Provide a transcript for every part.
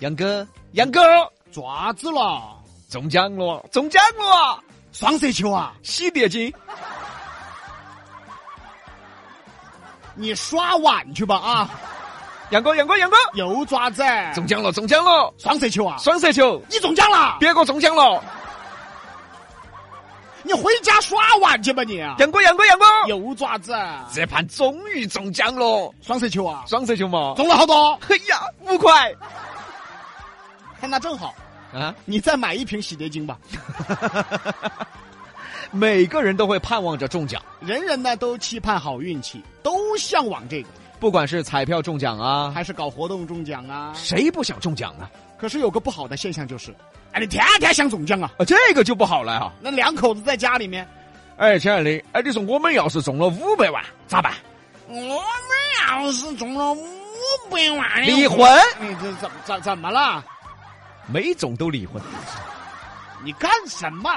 杨哥，杨哥，爪子了，中奖了，中奖了，双色球啊！洗碟机，你耍碗去吧啊！杨哥，杨哥，杨哥，又爪子，中奖了，中奖了，双色球啊！双色球，你中奖了，别个中奖了，你回家耍碗去吧你！杨哥，杨哥，杨哥，又爪子，这盘终于中奖了，双色球啊！双色球嘛，中了好多，哎呀，五块哎，那正好，啊！你再买一瓶洗洁精吧。每个人都会盼望着中奖，人人呢都期盼好运气，都向往这个，不管是彩票中奖啊，还是搞活动中奖啊。谁不想中奖呢？啊可是有个不好的现象就是，哎，你天天想中奖啊！啊，这个就不好了啊！那两口子在家里面，哎，亲爱的，哎，你说我们要是中了五百万咋办？我们要是中了五百万离婚，你这怎怎怎么了？没中都离婚，你干什么？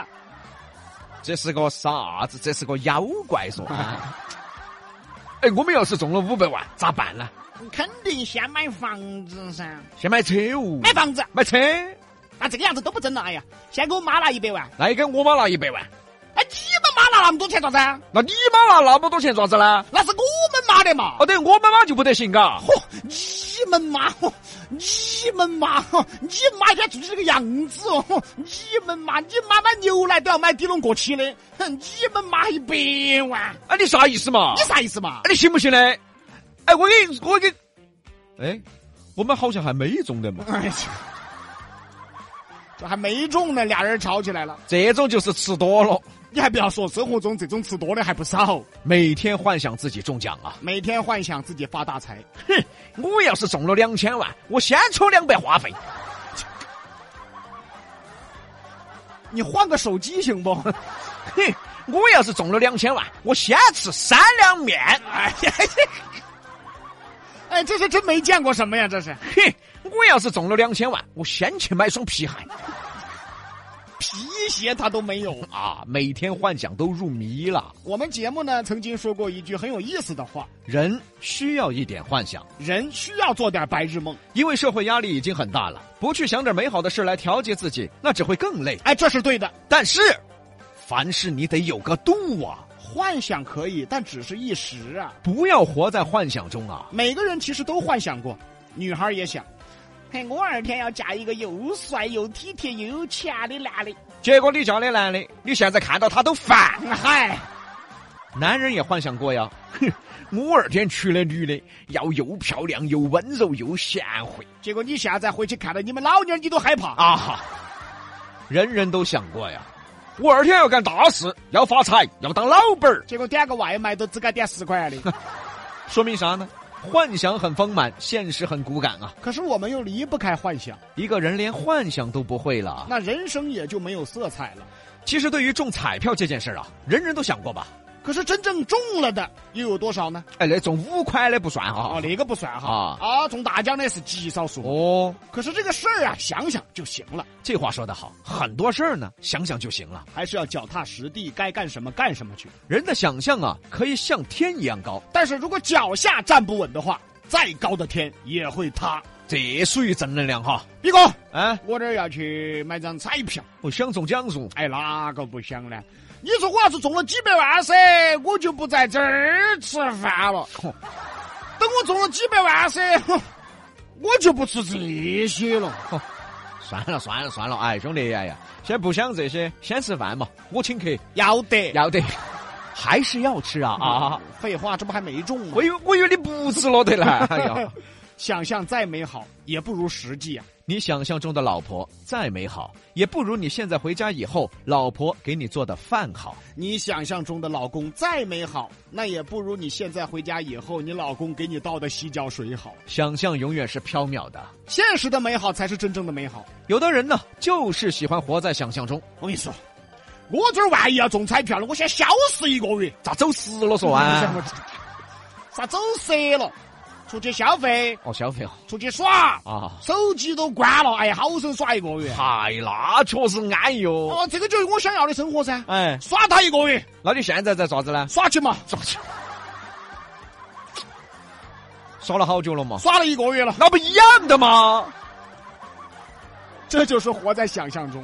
这是个啥子？这是个妖怪说。哎，我们要是中了五百万咋办呢？肯定先买房子噻，先买车哦，买房子，买车，那这个样子都不整了。哎呀，先给我妈拿一百万，那也给我妈拿一百万。哎，你们妈拿那么多钱咋子？那你妈拿那么多钱咋子呢？那是我们妈的嘛。哦，对，我妈妈就不得行嘎。嚯、你们妈，嚯，你们妈，嚯，你妈现在做的这个样子哦，嚯，你们妈，你妈买牛奶都要买底笼过期的，哼，你们妈一百万，哎，你啥意思嘛？你啥意思嘛？哎，你信不信呢？哎，我给我给，哎，我们好像还没中的嘛。哎呀，这还没中呢，俩人吵起来了。这种就是吃多了，你还不要说，生活中这种吃多的还不少，每天幻想自己中奖啊！每天幻想自己发大财，哼，我要是中了两千万，我先出两百话费。你换个手机行不？ 哼，我要是中了两千万，我先吃三两面。哎呀，哎，这是真没见过什么呀，这是哼，我要是中了两千万，我先去买双皮鞋。皮鞋他都没有。啊，每天幻想都入迷了。我们节目呢曾经说过一句很有意思的话：人需要一点幻想，人需要做点白日梦。因为社会压力已经很大了，不去想点美好的事来调节自己，那只会更累。哎，这是对的。但是，凡事你得有个度啊，幻想可以，但只是一时啊。不要活在幻想中啊。每个人其实都幻想过，女孩也想，嘿，我二天要嫁一个又帅又体贴又有钱的男的。结果你叫那男的，你现在看到他都烦。嗨，男人也幻想过呀， 哼，我二天娶了女的，要又漂亮又温柔又贤惠结果你现在回去看到你们老娘，你都害怕。啊哈，人人都想过呀。我二天要干大事，要发财，要当老板儿。结果点个外卖都只敢点十块钱的。 说明啥呢？幻想很丰满，现实很骨感啊！可是我们又离不开幻想，一个人连幻想都不会了。那人生也就没有色彩了。其实对于中彩票这件事儿啊，人人都想过吧？可是真正中了的又有多少呢？哎，那中五块的不算哦哈，。那个不算哈啊啊，中大奖的是极少数。哦，可是这个事儿啊，想想就行了，这话说得好，很多事儿呢，想想就行了。还是要脚踏实地，该干什么干什么去。人的想象啊，可以像天一样高，但是如果脚下站不稳的话，再高的天也会塌。这属于正能量哈。毕哥，啊，我这儿要去买张彩票，我想中奖中，哎，哪个不想呢？你说我要是中了几百万噻，我就不在这儿吃饭了。哼 等我中了几百万噻，哼我就不吃这些了。算了算了算了，哎，兄弟，哎呀，先不想这些，先吃饭嘛。我请客，要得，要 得，还是要吃啊啊！废话，这不还没中吗我？以为我以为你不吃了 的呢。哎呀。想象再美好，也不如实际啊。你想象中的老婆再美好，也不如你现在回家以后老婆给你做的饭好。你想象中的老公再美好，那也不如你现在回家以后，你老公给你倒的洗脚水好。想象永远是缥缈的。现实的美好才是真正的美好。有的人呢，就是喜欢活在想象中，我跟你说，我这儿万一要中彩票了，我先消失一个月。咋走失了说啊？ 啥走色了？出去消费，哦，消费哦出去耍，啊，手机都关了，哎，好生耍一个月。嗨，那确实安逸哦。哦，这个就是我想要的生活噻。哎，耍他一个月，那你现在在咋子呢？耍去嘛，咋子？耍了好久了嘛？耍了一个月了。那不一样的吗？这就是活在想象中。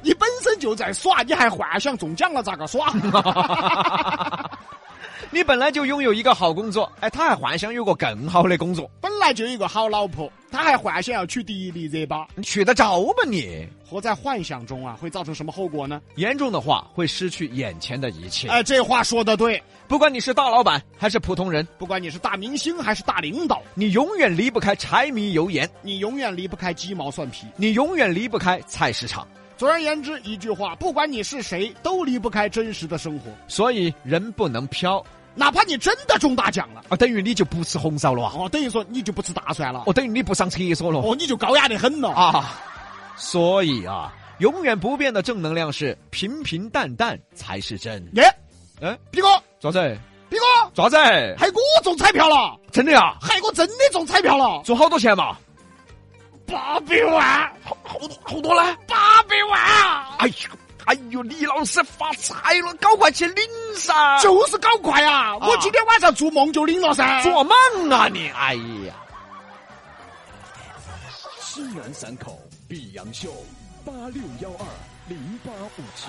你本身就在耍，你还幻想中奖了咋个耍？你本来就拥有一个好工作，哎，他还幻想有个更好的工作，本来就有一个好老婆，他还幻想要娶迪丽热巴，你娶得着吗你？活在幻想中啊，会造成什么后果呢？严重的话会失去眼前的一切。哎，这话说的对。不管你是大老板还是普通人，不管你是大明星还是大领导，你永远离不开柴米油盐，你永远离不开鸡毛蒜皮。你永远离不开菜市场。总而言之，一句话，不管你是谁，都离不开真实的生活。所以人不能飘哪怕你真的中大奖了，啊，等于你就不吃红烧了啊，哦，等于说你就不吃大蒜了，哦，等于你不上厕所了哦，你就高雅的很了。啊。所以啊，永远不变的正能量是平平淡淡才是真。耶，嗯，毕哥，爪子，毕哥，爪子，害我中彩票了，真的呀，害我真的中彩票了，中好多钱嘛？八百万，好好多好多呢！八百万啊！哎呦，哎呦，李老师发财了，赶快去领噻！就是搞快啊！我今天晚上做梦就领了噻。做梦啊你！哎呀。西南散口碧阳秀八六幺二零八五七。